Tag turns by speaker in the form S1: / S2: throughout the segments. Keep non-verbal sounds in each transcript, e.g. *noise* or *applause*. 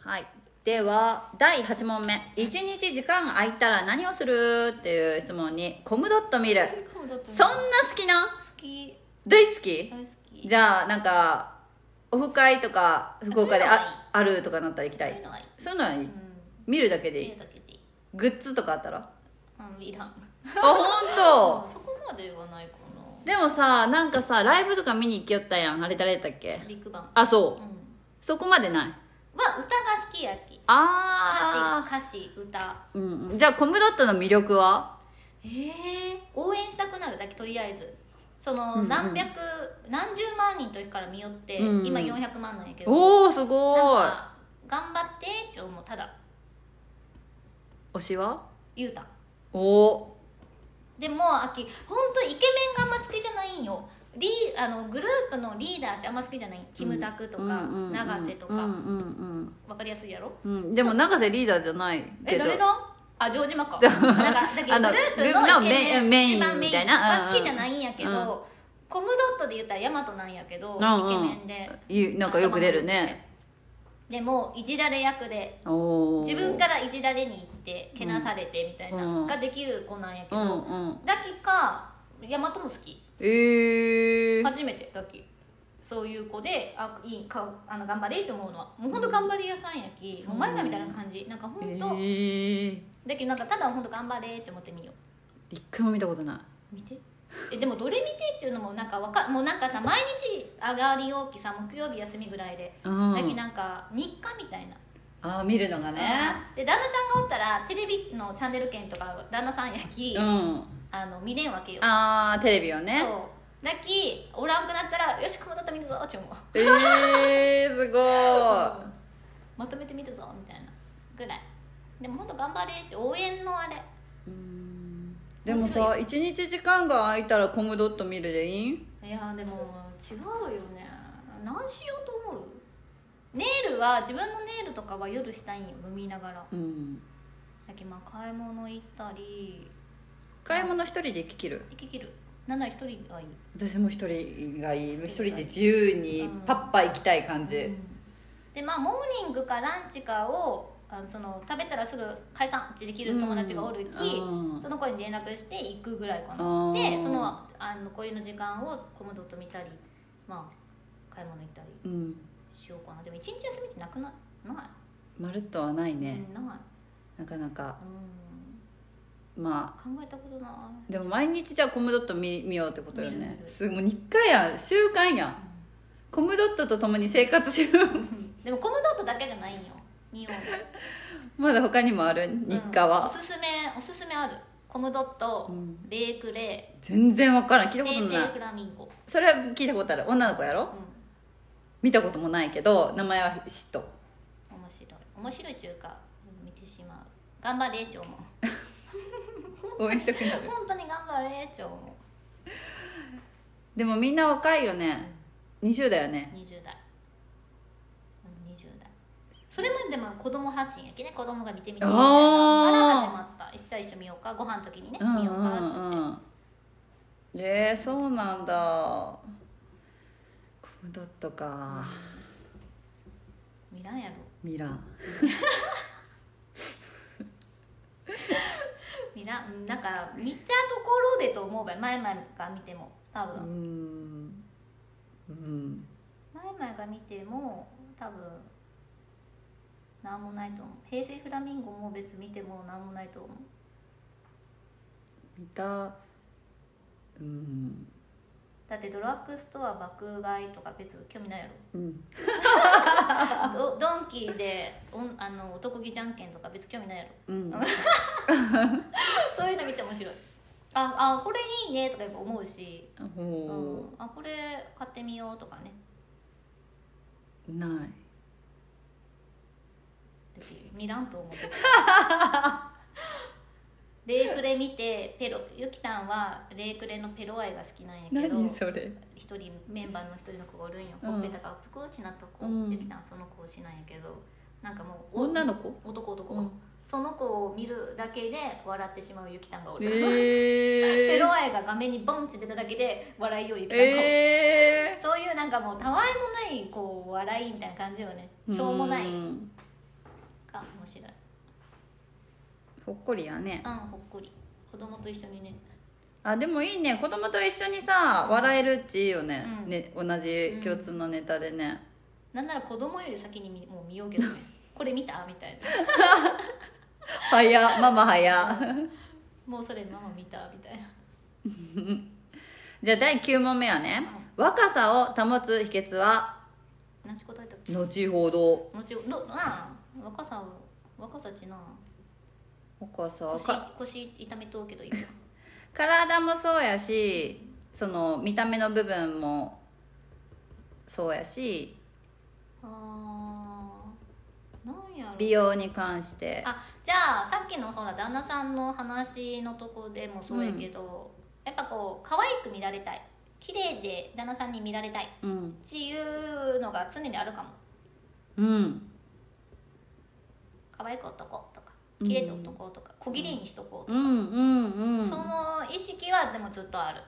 S1: はい、では第8問目「一日時間空いたら何をする?」っていう質問に「コムドット見る」
S2: コムドット
S1: そん
S2: 見る
S1: な好きな
S2: 好き
S1: 大好き
S2: 大好き
S1: じゃあなんかオフ会とか福岡で
S2: そういうのはいい
S1: ああるとかなったら行きた
S2: そうい
S1: いう
S2: のはいい
S1: そういうのはいうい
S2: ん
S1: 見るだけでい
S2: 見
S1: い
S2: るだけでいい
S1: グッズとかあったら
S2: うんいらん
S1: あ本
S2: そこまではないか
S1: 当。でもさなんかさライブとか見に行きよったやんあれ誰だったっけ
S2: なビッグバン
S1: あ
S2: う
S1: そうんそこまでない
S2: は歌が好きやき歌詞
S1: ああ
S2: 歌詞歌
S1: うんうんじゃあコムドットの魅力は
S2: ええ応援したくなるだけとりあえずそ
S1: うん
S2: の
S1: うん
S2: 何百、何十万人とから見よって、
S1: うんうん
S2: 今400万なんやけど
S1: おおすごい
S2: なんか頑張ってーちょもうただ
S1: 推しは
S2: 言うた
S1: おお
S2: でもあき本当イケメンがあんま好きじゃないんよリーあのグループのリーダーちゃんあんま好きじゃないキムタクとか、永瀬とか、
S1: う
S2: わ
S1: んうん
S2: かりやすいやろ
S1: うん、うん、でも永瀬リーダーじゃないけ
S2: え
S1: ど
S2: 誰のあ城島かなんかだけ
S1: あ
S2: ど
S1: の
S2: グループのイケメン
S1: メイン
S2: 一番メイ
S1: みたい
S2: ン
S1: な
S2: まあ好きじゃないんやけど、
S1: うん
S2: コムドットで言ったらヤマトなんやけど、
S1: うんうん
S2: イケメンで
S1: いなんかよく出るね
S2: でもいじられ役で
S1: おお
S2: 自分からいじられに行ってけなされてみたいな、
S1: うん
S2: ができる子なんやけ
S1: う
S2: ど、
S1: んうん
S2: だけかヤマトも好き
S1: ええー、
S2: 初めてだきそういう子であいいかあの頑張れって思うのはもう本当頑張り屋さんやき、
S1: そう
S2: もう前田みたいな感じなんか本
S1: ええ
S2: 当、
S1: ー、
S2: だけどなんかただ本当頑張れって思ってみよ
S1: 一回も見たことないう
S2: 見てえでもどれ見てっていうのもなんかわかもうなんかさ毎日上がりようきさ木曜日休みぐらいで、
S1: うん
S2: だけどなんか日課みたいな
S1: あー見るのがね
S2: で旦那さんがおったらテレビのチャンネル権とか旦那さんやき、
S1: うん
S2: あの見れんわけよ
S1: ああテレビはね
S2: そうだきおらんくなったらよし熊だったら見るぞって思う
S1: ええー、すご
S2: *laughs*
S1: い
S2: まとめて見たぞみたいなぐらいでも本当頑張れって応援のあれ
S1: うんでもさ一日時間が空いたらコムドット見るでいいん
S2: いやーでも違うよね何しようと思うネイルは自分のネイルとかは夜したいんよ飲みながら
S1: うん
S2: だけどまあ買い物行ったり
S1: 買い物一人で行ききる
S2: 行ききるなんなら一人がいい
S1: 私も一人がいい一人で自由にパッパ行きたい感じ、
S2: でまあモーニングかランチかをあのその食べたらすぐ解散ってできる友達がおるき、
S1: うんうん
S2: その子に連絡して行くぐらいか
S1: あ
S2: な
S1: ー
S2: でそのあの残りの時間をコムドット見たりまあ買い物行ったり
S1: うん
S2: しようかなでも一日休みってなくないな
S1: まるっとはない
S2: い、
S1: ね、
S2: うんない
S1: なかなか
S2: う
S1: まあ
S2: ん考えたことない
S1: でも毎日じゃあコムドット見見ようってことよ
S2: 見る
S1: ね
S2: 見る
S1: すもう日課やん習慣やんコムドットと共に生活しよう
S2: *laughs* でもコムドットだけじゃないんよ見よう
S1: *laughs* まだ他にもある日課
S2: うんお
S1: は、
S2: すすめおすすめあるコムドット、
S1: うん
S2: レイクレ
S1: 全然分からん聞い
S2: イ
S1: たこと
S2: 平
S1: な
S2: 成
S1: い
S2: フラミンゴ、
S1: それは聞いたことある女の子や
S2: うん
S1: ろ、見たこともないけど名前は嫉妬
S2: 面白い面白い中華見てしまう頑張れちょも
S1: 応援したくなる
S2: 本当に頑張れちょも
S1: でもみんな若いよね20だよね
S2: 20代うん20代それもでも子供発信やけね子供が見てみてみたいなから始まったじゃあ一緒見ようかご飯の時にね
S1: うんう
S2: 見ようかっつって、
S1: んうんえー、そうなんだコムドットか
S2: 見らんやろ
S1: ミラン
S2: 見らんうんなんか見たところでと思うばい前々が見ても多
S1: う
S2: 分、
S1: んうん
S2: 前々が見ても多分なんもないと思う平成フラミンゴも別に見てもなんもないと思う
S1: 見たうん
S2: だってドラッグストア爆買いとか別に興味ないや
S1: *laughs*
S2: ろ
S1: うん
S2: ドドンキーでおんあの男気じゃんけんとか別に興味ないやろ
S1: うん
S2: そういうの見て面白いああこれいいねとかやっぱ思うし、う
S1: ほ
S2: ん、あこれ買ってみようとかね
S1: うない
S2: 私見らんと思って
S1: *laughs*
S2: たレイクレ見てペロゆきたんはレイクレのペロ愛が好きなんやけど
S1: 何それ
S2: 一人メンバーの一人の子がおるんよ、
S1: うん
S2: ほっぺたがぷくーちなとこ、
S1: うん
S2: ゆきたんその子推しなんやけどなんかもうお
S1: 女の子
S2: 男男、
S1: うん
S2: その子を見るだけで笑ってしまうゆきたんが *laughs* おる、
S1: え
S2: ペ
S1: ー
S2: ロ、愛が画面にボンって出ただけで笑いようゆきたんがおる、
S1: え
S2: そういうなんかもうたわいもないこう笑いみたいな感じよね
S1: ー、
S2: しょうもない
S1: ん
S2: た面白い
S1: ほっこりやね
S2: うんほっこり子供と一緒にね
S1: あでもいいね子供と一緒にさ笑えるっちいいよね,、
S2: うん
S1: ね同じ共通のネタでね、
S2: なんなら子供より先に見もう見ようけどねこれ見たみたいな
S1: 早ママ早 *laughs*
S2: もうそれママ見たみたいな
S1: じゃあ第9問目はね若さを保つ秘訣は
S2: 何し答えたっけ
S1: 後ほど
S2: もちろんどなあ若さを若さちな
S1: 若さ
S2: 腰
S1: か
S2: 腰痛めとうけど今
S1: 体もそうやしその見た目の部分もそうやし
S2: あーなんやろ
S1: 美容に関して
S2: あじゃあさっきのほら旦那さんの話のとこでもそうやけど、やっぱこう可愛く見られたい綺麗で旦那さんに見られたい
S1: うん
S2: っていうのが常にあるかも
S1: うん
S2: 可愛く男とか
S1: うん
S2: 綺麗で男とか、小綺麗にしとこう
S1: う
S2: とか、
S1: んうんうん
S2: その意識はでもずっとある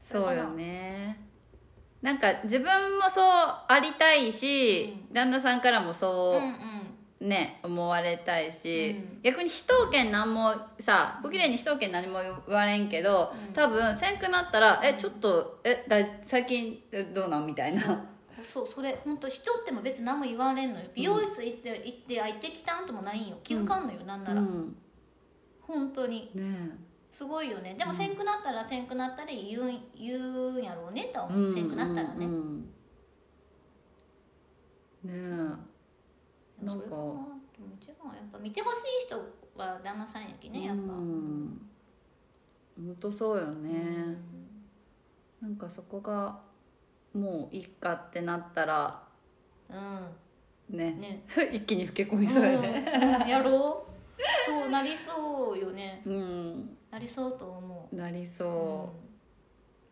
S1: そうよねなんか自分もそうありたいし、
S2: う
S1: 旦那さんからも
S2: うん
S1: そ
S2: うん
S1: うね、思われたいし、
S2: うん
S1: 逆に非当権何もさ小綺麗に非当権何も言われんけど、
S2: うん
S1: 多分せんくなったら「えちょっとえだい最近えどうなん?」みたいな
S2: そうそれ本当しちょっても別に何も言われんのよ美容室行って行ってあ行ってきたんともないんよ気づかんのよ、なんなら、
S1: うん
S2: 本当に
S1: ね
S2: すごいよねでもせんくなったらせんくなったり言うん言うんやろうねとは
S1: え
S2: 思う、せんくなったらね、
S1: うんうんねえ
S2: で
S1: な
S2: も
S1: ん
S2: それ
S1: か
S2: かなでも一番やっぱ見てほしい人は旦那さんやきねやっぱ、
S1: うんほんとそうよね、なんかそこがもういいかってなったら
S2: うん
S1: ね
S2: ね
S1: 一気に老け込みそうやね
S2: うんやろうそうなりそうよね
S1: うん、
S2: なりそうと思
S1: なり
S2: う
S1: そ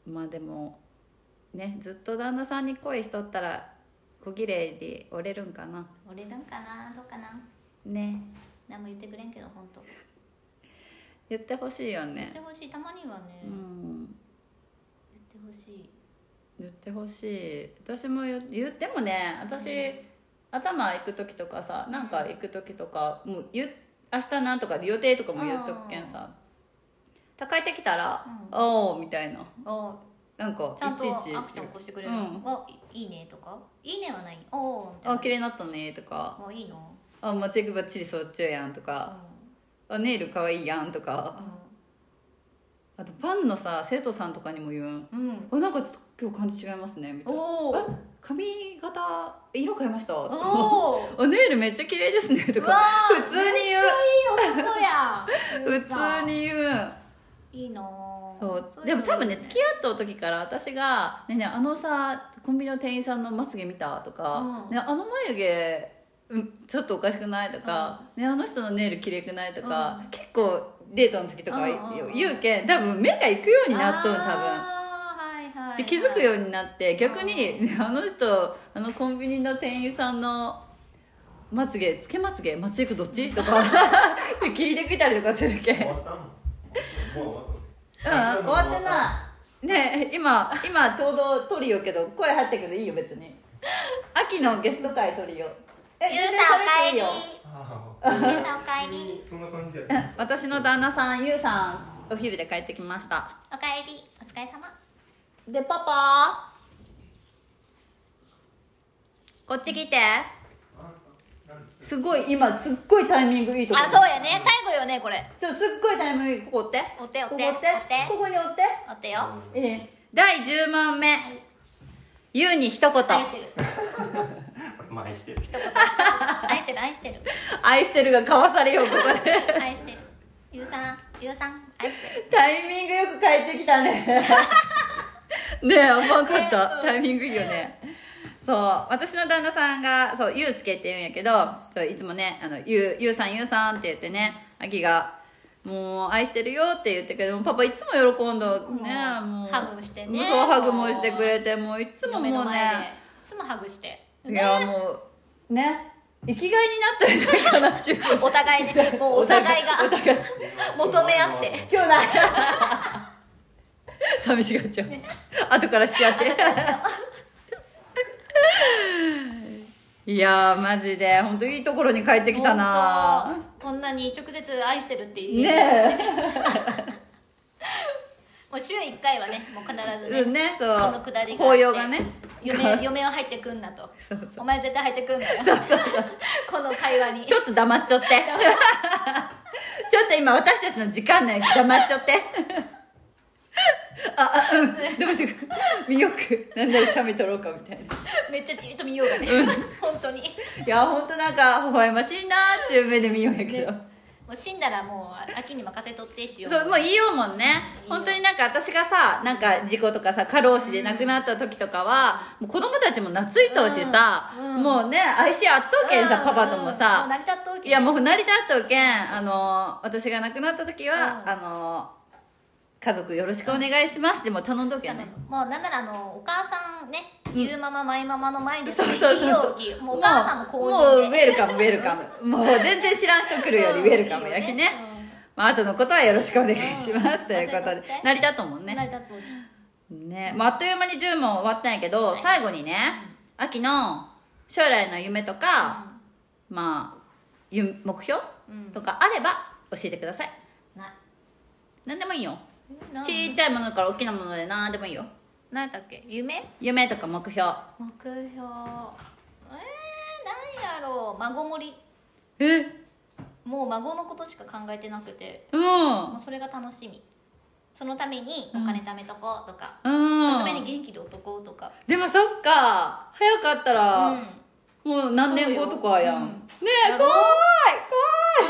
S2: うん
S1: う、まあでもねずっと旦那さんに恋しとったら小綺麗で折れるんかな
S2: 俺なんかなどうかな
S1: ね
S2: 何も言ってくれんけど本当
S1: 言ってほしいよ
S2: 言っ
S1: ね
S2: てほしいたまにはね、
S1: うん
S2: 言ってほしい
S1: 言ってほしい私も言言ってもね私、頭行く時とかさなんか行く時とかもう言っ明日なんとかで予定とかも言っとくけんさ高いてきたら「
S2: う
S1: おお」みたいな
S2: お
S1: なんか
S2: ちゃん
S1: いちい
S2: と
S1: ち
S2: アクション起こしてくれる、
S1: う
S2: うんいいねとかいいねはないおお
S1: 「
S2: みたい
S1: あ
S2: な
S1: 綺麗になったね」とか
S2: もういいの、
S1: 「あマチェックばっちりそっちゅうやん」と
S2: うん
S1: か「あネイルかわいいやん」とかあとパンのさ生徒さんとかにも言うん
S2: うんう
S1: 「
S2: ん
S1: あなんかちょっと今日感じ違いますね」みたいな
S2: お
S1: え髪型色変えました」とか
S2: おお
S1: 「 *laughs* あネイルめっちゃ綺麗ですね」と
S2: *laughs* うわ
S1: か
S2: ー
S1: 普通に言う
S2: めっちゃいい男や
S1: *laughs* 普通に言うん
S2: いいなあ
S1: そう
S2: い
S1: で
S2: の
S1: も多分ね
S2: いい
S1: 付き合った時から私が「ねえねえあのさコンビニの店員さんのまつげ見た?」とか、
S2: うん
S1: ねえあの眉毛うんちょっとおかしくない?」とか、ねえあの人のネイル綺麗くない?」とか、
S2: う
S1: 結構デートの時とかは言う,、
S2: うんうんうん
S1: 言うけん多分目が行くようになっとる多分。
S2: あーはいはいはい
S1: で気づくようになって逆に、ねえあの人あのコンビニの店員さんのまつげつけまつげまつげくどっちと
S2: *laughs*
S1: か聞いてきたりとかするけん
S3: 終わったのもう
S1: うん、
S3: 終わった
S1: 終わってない。ねえ今、今ちょうど撮るよけど、声入ってくるいいよ、別に。秋のゲスト会撮るよ。え、
S2: ゆう
S1: 全然
S2: さんお
S1: 喋っ
S2: 帰
S1: てい
S2: り
S1: いよ。
S3: あ
S2: ゆ
S3: あ
S2: うさんお帰り
S3: そんな感じでやってます
S1: *laughs* 私の旦那さん、ゆうさん、お昼で帰ってきました。
S2: お帰りお疲れ様
S1: で、パパこっち来て。
S3: あなんです
S1: ごい、今、すっごいタイミングいいとこ
S2: あそうやね最後よねこれ
S1: ちょ、すっごいタイミングいい。ここ追って。
S2: 追って追って
S1: ここ追って
S2: 追って
S1: ここに追って。
S2: あってよ
S1: ええ第10問目。ゆうに一言。
S2: 愛してる
S3: まあ愛してる
S2: 一言愛してる愛してる
S1: 愛してるが交わされよう、ここで。
S2: 愛してるゆうさんゆうさん愛してる
S1: タイミングよく帰ってきたね *laughs* ねえ甘かったタイミングいいよねそう私の旦那さんがそうゆうすけって言うんやけどそういつもねあのゆうゆうさんゆうさんって言ってねあきが「もう愛してるよ」って言ってくれてもうパパいつも喜んどね
S2: もう
S1: もう
S2: ハグしてね
S1: そうハグもしてくれてもういつも
S2: 嫁
S1: も
S2: の
S1: う
S2: 前で
S1: ね
S2: いつもハグして
S1: いやもうね生きがいになったんじゃないかなっていう
S2: お互
S1: *laughs*
S2: いねもうお互いが
S1: お互い
S2: 求め合っ
S1: *laughs*
S2: て
S1: 今日ない寂しがっちゃう後からしちゃっていやーマジで本当いいところに帰ってきたな
S2: 本当こんなに直接愛してるっていう
S1: ねえ
S2: もう週1回はねもう必ずね,、
S1: うんねそう
S2: このくだりがあっ
S1: 抱
S2: て
S1: 擁がね
S2: 嫁嫁は入ってくんなと
S1: そうそう
S2: お前絶対入ってくんなよこの会話に
S1: ちょっと黙っちゃってちょっと今私たちの時間内黙っちゃってああうんでもしみよくなんでしゃべとろうかみたいな
S2: めっちゃじっと見ようがね、本当に
S1: いや本当なんか微笑ましいなーっていう目で見ようやけど、
S2: もう死んだらもう秋に任せとって一応
S1: そうもういいよもんね
S2: いいよ
S1: 本当になんか私がさなんか事故とかさ過労死で亡くなった時とかは、もう子供たちも懐いとうしさ、
S2: うんうん
S1: もうね愛し合っとうけんさ、
S2: うん
S1: パパとも
S2: う
S1: さ
S2: ん、成り立っとうけ
S1: いやもう成り立っとうけんあの私が亡くなった時は、
S2: うん
S1: あの家族よろしくお願いしますってもう頼んどうけんね
S2: もうなんならあのお母さんね、ゆうマママイママの前で
S1: そうそうそうそう
S2: いいよもうお母さんも
S1: も
S2: こ
S1: う
S2: う
S1: もうウェルカムウェルカ
S2: *laughs*
S1: ムもう全然知らん人来るよりウェルカムやきね、まあ後のことはよろしくお願いします、
S2: うん
S1: ということで
S2: 忘れちゃって
S1: 成り立とうもんね
S2: ね成り立っとうけ
S1: ねまあ、あっという間に10問終わったんやけど、
S2: はい
S1: 最後にね秋の将来の夢とか、まあゆ目標
S2: うん
S1: とかあれば教えてください
S2: うんな
S1: 何でもいいよ
S2: な
S1: ちっちゃいものから大きなもので何でもいいよ
S2: なんだっけ夢
S1: 夢とか目標
S2: 目標えー、なんやろう孫盛り
S1: えうん
S2: もう孫のことしか考えてなくてもうそれが楽しみそのためにお金貯めとこうとか、そのため
S1: う
S2: に
S1: ん
S2: 元気で男とか、
S1: でもそっか早かったら、
S2: うん
S1: もう何年後とかやん、
S2: そうようん
S1: ねえ
S2: や
S1: 怖
S2: ろ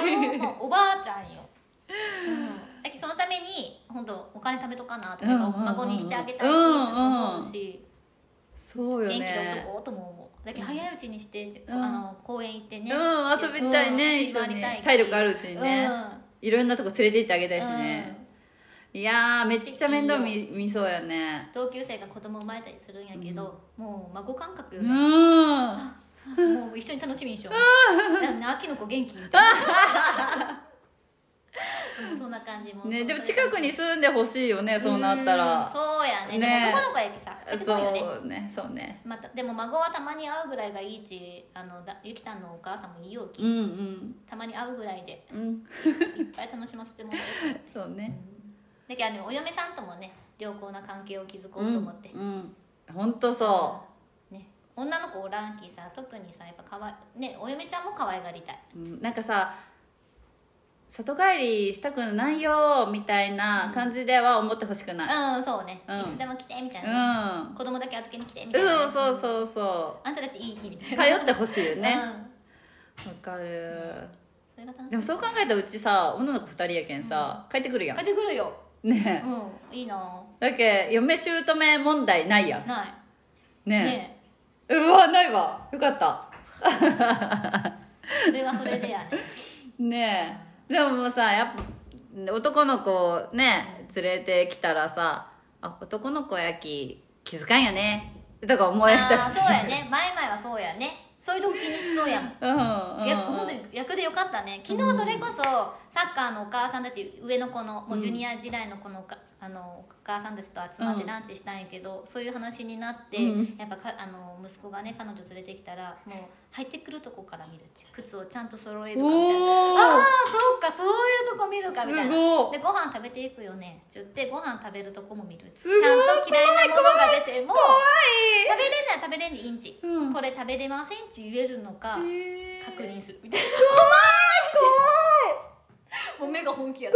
S1: い怖い
S2: もうおばあちゃんよ、うん、だけどそのために本当お金貯めとかなとか、
S1: うんうんうんうん
S2: 孫にしてあげたいしと思うし、
S1: *laughs* そうよね
S2: 元気で男とも思うだけど早いうちにして、じ
S1: うん
S2: あの公園行って
S1: う
S2: ね、
S1: ん遊びたいね、
S2: うん
S1: 一緒
S2: 走り回り
S1: に
S2: たい
S1: 体力あるうちにね、いろんなとこ連れて行ってあげた
S2: う
S1: い
S2: ん
S1: しね、いやーめっちゃ面倒見見そうやね
S2: 同級生が子供生まれたりするんやけど、もう孫感覚よ
S1: う
S2: ね、
S1: ん
S2: もう一緒に楽しみにしよう、だからね秋の子元気みたい
S1: *laughs*
S2: なうんそんな感じも
S1: ねでも近くに住んでほしいよねそうなった
S2: うん
S1: ら
S2: そうやね
S1: ね
S2: でも男の子やけさ近く
S1: そ
S2: によね
S1: うねそうね
S2: またでも孫はたまに会うぐらいがいいちあのだゆきたんのお母さんもいいよき、
S1: うんうん
S2: たまに会うぐらいで
S1: うん
S2: いっぱい楽しませてもらえる
S1: そうね
S2: だけどあのお嫁さんともね良好な関係を築こ
S1: う
S2: うと
S1: ん
S2: 思って、
S1: うん本当そ
S2: ね、女の子おらんきさ特にさやっぱかわいねお嫁ちゃんも可愛がりたい、
S1: ううんなんかさ里帰りしたくないよみたいな感じでは思ってほしくない
S2: うんそうね、
S1: うん
S2: いつでも来てみたいうな、
S1: ん
S2: 子供だけ預けに来てみたい
S1: そ
S2: な
S1: うそうそうそ
S2: あんたたちいい気みた
S1: う
S2: いな
S1: 頼ってほしいよねわ、
S2: うん
S1: かる
S2: それが楽しい
S1: でもそう考えたらうちさ女の子2人やけんさ、帰ってくるや
S2: 帰ってくるよ
S1: んね
S2: うんいいな
S1: えだけ嫁姑問題ないやん
S2: ない
S1: ね
S2: ね
S1: えうわないわよかった
S2: それはそれでやね
S1: *laughs* ねえでももうさやっぱ男の子をね連れてきたらさあ男の子やき気づかんよねとか思えたり
S2: あー
S1: す
S2: そうや
S1: る
S2: ね前々はそうやねそういうとこ気にしそうやもん
S1: うんうんうん
S2: いや本当に役でよかったね昨日それこそサッカーのお母さんたち上の子のもうジュニア時代の子のおかあのお母さんたちと集まって
S1: うん
S2: ランチしたんやけど、そういう話になって、
S1: うん
S2: やっぱかあの息子がね彼女連れてきたらもう入ってくるとこから見るっちゅう靴をちゃんと揃えるかみたいな
S1: お
S2: あ
S1: お
S2: あそうかそういうとこ見るかみたいな
S1: すごい
S2: でご飯食べていくよねって言ってご飯食べるとこも見る
S1: すごい
S2: ちゃんと嫌いなものが出ても
S1: 怖
S2: 食べれない食べれんでいいんち、
S1: うん
S2: これ食べれませんち言えるのか
S1: いへえ
S2: 確認するみたいな怖い怖いもう目が本気やっ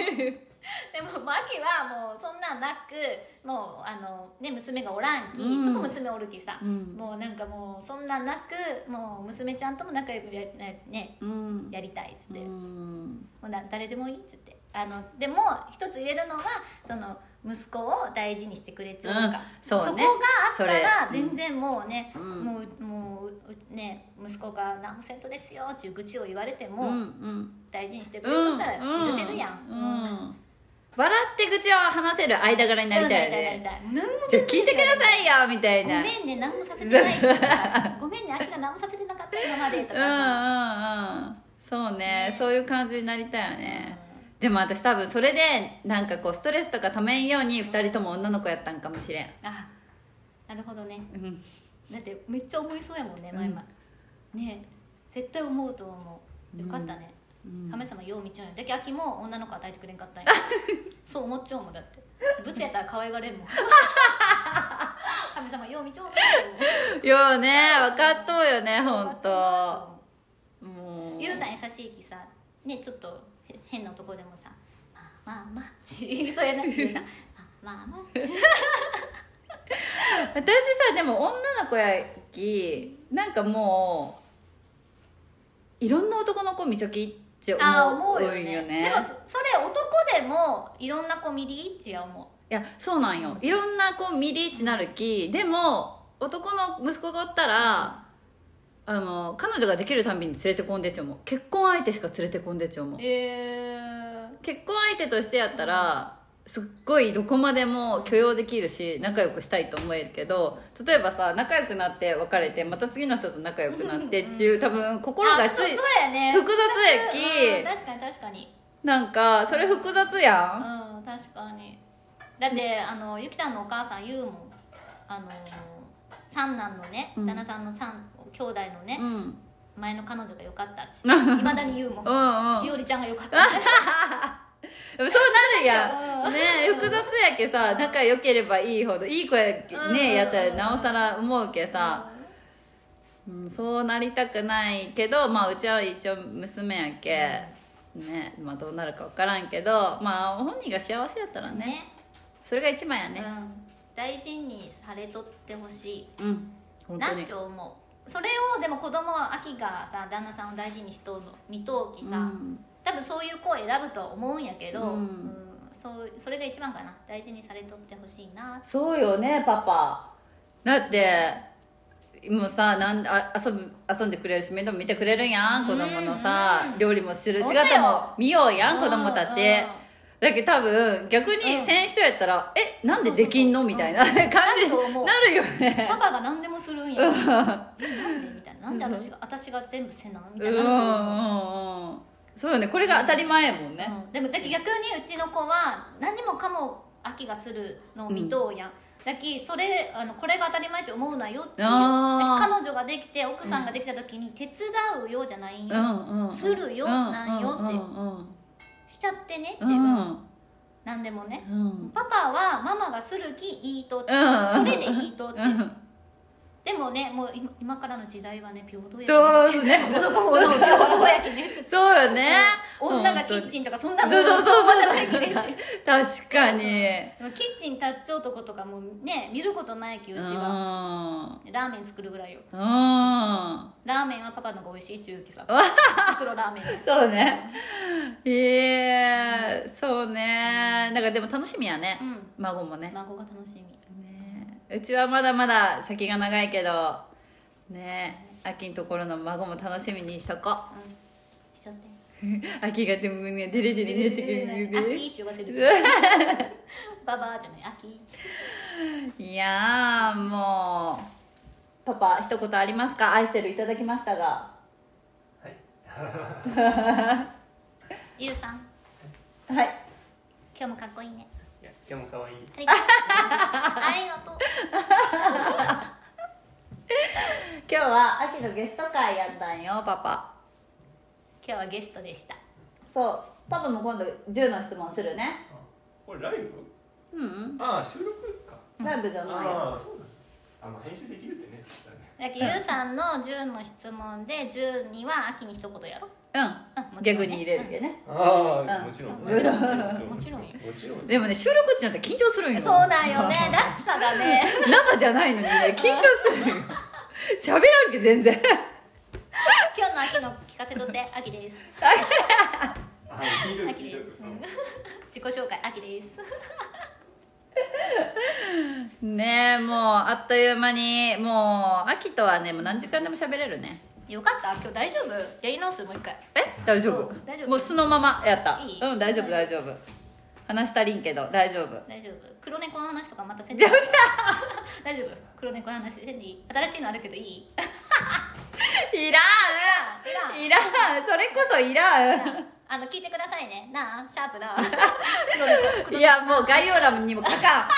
S2: でもマキはもうそんなんなくもうあのね娘がおらんき、
S1: うん
S2: そこ娘おるきさ、
S1: うん
S2: もうなんかもうそんなんなくもう娘ちゃんとも仲良くや,、ね、
S1: うん
S2: やりたいっつって、
S1: うん
S2: もうな誰でもいいっつってあのでも一つ言えるのはその息子を大事にしてくれちゃうか、
S1: うんそうね
S2: こがあったら
S1: それうん
S2: 全然もうね、
S1: うん
S2: もうもううね息子が「何もせんとですよ」っていう愚痴を言われて
S1: うんう
S2: も、
S1: ん
S2: 大事にしてくれち
S1: う
S2: ゃ
S1: ん
S2: ったら許せるやん、
S1: う
S2: うん
S1: ん笑って口を話せる間柄になりたいよ
S2: うん
S1: ね
S2: なりたいなりたい何も
S1: ちょ聞いてくださいよみたい
S2: ご
S1: な
S2: めんね何もさせてないとかごめんね秋が何もさせてなかった今までとかさ、
S1: うんうんうんそうね
S2: ね
S1: そういう感じになりたいよねでも私多分それでなんかこうストレスとかためんように2人とも女の子やったんかもしれん
S2: あなるほどね
S1: うん
S2: だってめっちゃ思いそうやもんね前々、
S1: うん
S2: ね絶対思うと思うよかったね、
S1: うん
S2: 神様よう見ちゃうよだけ秋も女の子与えてくれんかったん
S1: *laughs*
S2: やそう思っちゃうもんだってブツやったら可愛が
S1: *laughs*
S2: れんもん神様よう見ちゃう
S1: ようね分かっとうよね本当
S2: と
S1: もう
S2: ゆうさん優しいきさねちょっとへ変な男でもさ「まあまあまあ」って言いそうやなゆう
S1: *laughs*
S2: さん「まあまあまあ」って
S1: 私さでも女の子やきなんかもういろんな男の子見ちょきって思
S2: あー
S1: う
S2: 思うよ
S1: ん
S2: ね
S1: よね
S2: でもそそれ男でもいろんな子見りいっちや思
S1: いやそうなんよいろんなこうミリーチなるきでも男の息子がおったらあの彼女ができるたんびに連れてこんでちょもう結婚相手しか連れてこんでちょも
S2: う
S1: う
S2: えー、
S1: 結婚相手としてやったらすっごいどこまでも許容できるし仲良くしたいと思えるけど例えばさ仲良くなって別れてまた次の人と仲良くなってっていう多分心が
S2: あ
S1: つ
S2: ちょっ
S1: い
S2: とそうやね
S1: 複雑やき
S2: うん確かに確かに
S1: なんかそれ複雑やん
S2: うん確かにだってあのゆきたんのお母さん言うもんあの三男のね、
S1: うん
S2: 旦那さんの三兄弟のね、
S1: うん、
S2: 前の彼女が良かった
S1: *laughs*
S2: っていまだに言うもん
S1: うんうん
S2: しおりちゃんが良かったって
S1: でもそうなるや
S2: うんん
S1: ねえ複雑やけさ仲良ければいいほどいい子やけ
S2: うん
S1: ねやったらなおさら思うけさ、うんそうなりたくないけどまあうちは一応娘やけねまあどうなるか分からんけどまあ本人が幸せやったら *laughs* ね
S2: ね
S1: それが一番や
S2: ね、う
S1: ね
S2: ん、大事にされとってほし
S1: うん、
S2: い
S1: 本
S2: な
S1: 当
S2: ん
S1: に
S2: ちょ思うそれをでも子供は秋がさ旦那さんを大事にしとうの見とうきさ、
S1: うん
S2: 多分そういう子を選ぶとは思うんやけど、
S1: うん
S2: うんそうそれが一番かな大事にされとってほしいな
S1: そうよねパパだってもうさなんあ遊ぶ遊んでくれるし面倒も見てくれるやん子供の
S2: うん
S1: さ
S2: うん
S1: 料理もする
S2: そうだよ
S1: 姿も見ようやん子供たち
S2: うんうん
S1: だけど多分逆に
S2: うん
S1: せん人やったら「えなんでできんの?」
S2: そうそ
S1: み
S2: うそう
S1: たいな感じ
S2: なると思う
S1: になるよね
S2: パパが何でもするんやえなんでみたいななんで私が私が全部せなみ
S1: う
S2: た
S1: ん
S2: いうななると思うん
S1: うんそうよねこれが当たり前やもんね、
S2: うんでもだけど逆にうちの子は何もかも秋がするのを見とうやん、だきそれあのこれが当たり前って思うなよっていう
S1: あー
S2: だけど彼女ができて奥さんができた時に手伝うよじゃないんよ、
S1: うんうん
S2: するよ、
S1: うん
S2: なんよって、
S1: うんうん
S2: しちゃってね
S1: うん
S2: 自分、何でもね
S1: うん
S2: パパはママがするきいいとって、
S1: うん
S2: それでいいとって、
S1: うん
S2: でもねもう今今からの時代はね平等や
S1: そうですね
S2: 男も女も平等やきね
S1: *laughs* そうよね
S2: 女がキッ
S1: ン
S2: チンとかそんなもん
S1: そうそうそう
S2: じゃない
S1: そ
S2: き
S1: う
S2: ね
S1: 確かに
S2: でもキッチン立っちゃうとことかもうね見ることないきう
S1: う
S2: ちは、
S1: ん
S2: ラーメン作るぐらいよ
S1: うん
S2: ラーメンはパパの方が美味しいって言うきさ
S1: わ
S2: 袋ラーメン
S1: そうねええそうねなんかでも楽しみやね
S2: うん
S1: 孫もね
S2: 孫が楽しみ
S1: ねえうちはまだまだ先が長いけどねえ秋のところの孫も楽しみにしとこう
S2: うんしちゃって
S1: 秋がでもねデレデレ寝てくる
S2: あきいち呼
S1: *laughs*
S2: ばせるババアじゃないあきいち
S1: いやーもうパパ一言ありますか愛してるいただきましたが
S3: はい
S2: ゆうさん
S1: はい
S2: 今日もかっこいいね
S3: いや今日も可愛い
S2: ありがとうありがとう
S1: 今日は秋のゲスト会やったんよパパ
S2: 今日はゲストでした
S1: そうパパも今度10の質問するね
S3: あこれライブ
S1: うんうん
S3: ああ収録か
S1: ライブじゃないよ
S3: ああそうなんだあまあ編集できるってねそしたらね
S2: だけどゆうさんの10の質問で10には秋に一言やろ
S1: うん逆に入れるけね
S3: ああ、
S1: うん
S3: もちろん
S1: もちろん
S2: もちろんよ
S3: もちろん
S1: でもね収録時なんて緊張するんよ
S2: そうなんよね
S1: *laughs*
S2: らしさがね *laughs*
S1: 生じゃないのにね緊張するよ喋らんけ全然
S2: 今日の秋の聞かせとって秋です
S3: あ聞いてる
S2: 秋
S3: 聞いて
S2: で
S3: る
S2: す *laughs* 自己紹介秋です
S1: ねえもうあっという間にもう秋とはねもう何時間でも喋れるね
S2: よかった今日大丈夫やり直すもう一回
S1: え大丈夫
S2: うん大丈夫
S1: もう素のままやった
S2: いい
S1: うん大丈夫大丈夫話したりんけど大丈夫
S2: 大丈夫黒猫の話とかまたせんでいい *laughs* 大丈夫黒猫の話せんでいい新しいのあるけどいい
S1: いらんいらんそれこそいらん
S2: *laughs* あの聞いてくださいねなあシャープな *laughs* 黒猫
S1: *laughs* いやもう概要欄にも書かん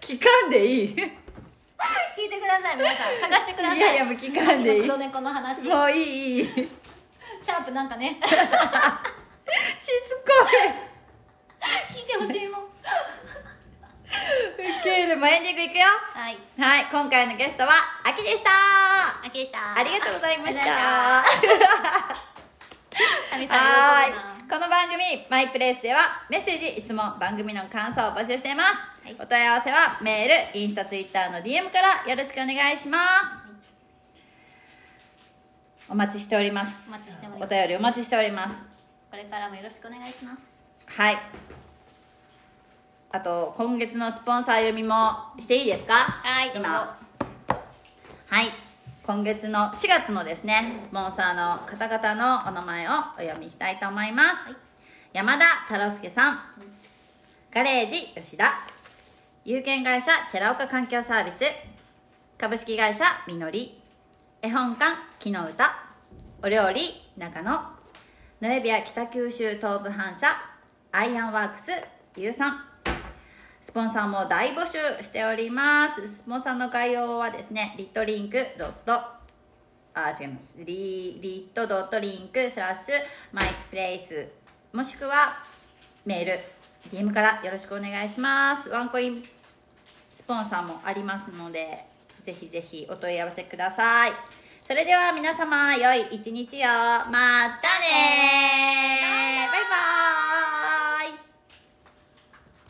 S1: 聞かんでいい
S2: 聞いてください皆さん探してください
S1: いやいやもう聞かんでいい
S2: さっきの黒猫の話シ
S1: もういいいいしつこ
S2: ャープなん
S1: *laughs*
S2: かね聞いてほしいもん
S1: い受けるもうエンディングいくよ
S2: はい
S1: はい今回のゲストはあきでした
S2: あきでした
S1: ありがとうございました
S2: ありがとうございました神さん
S1: は
S2: 喜ぶな
S1: ーいこの番組「マイプレイスではメッセージ質問番組の感想を募集しています、
S2: はい
S1: お問い合わせはメールインスタツイッターの DM からよろしくお願いしますお待ちしております
S2: お待ちしております
S1: お便りお待ちしております
S2: これからもよろしくお願いします
S1: はいあと今月のスポンサー読みもしていいですか
S2: はいどうぞ
S1: 今はい今月の4月のですねスポンサーの方々のお名前をお読みしたいと思います、山田太郎介さんガレージ吉田有限会社寺岡環境サービス株式会社みのり絵本館木の歌お料理中野ノエビア北九州東部反社アイアンワークスゆうさんスポンサーも大募集しておりますスポンサーの概要はですねリットリンクドットあ違いますリリットドットリンクスラッシュマイプレイスもしくはメール DM からよろしくお願いしますワンコインスポンサーもありますのでぜひぜひお問い合わせくださいそれでは皆様良い一日をまたねバイバイ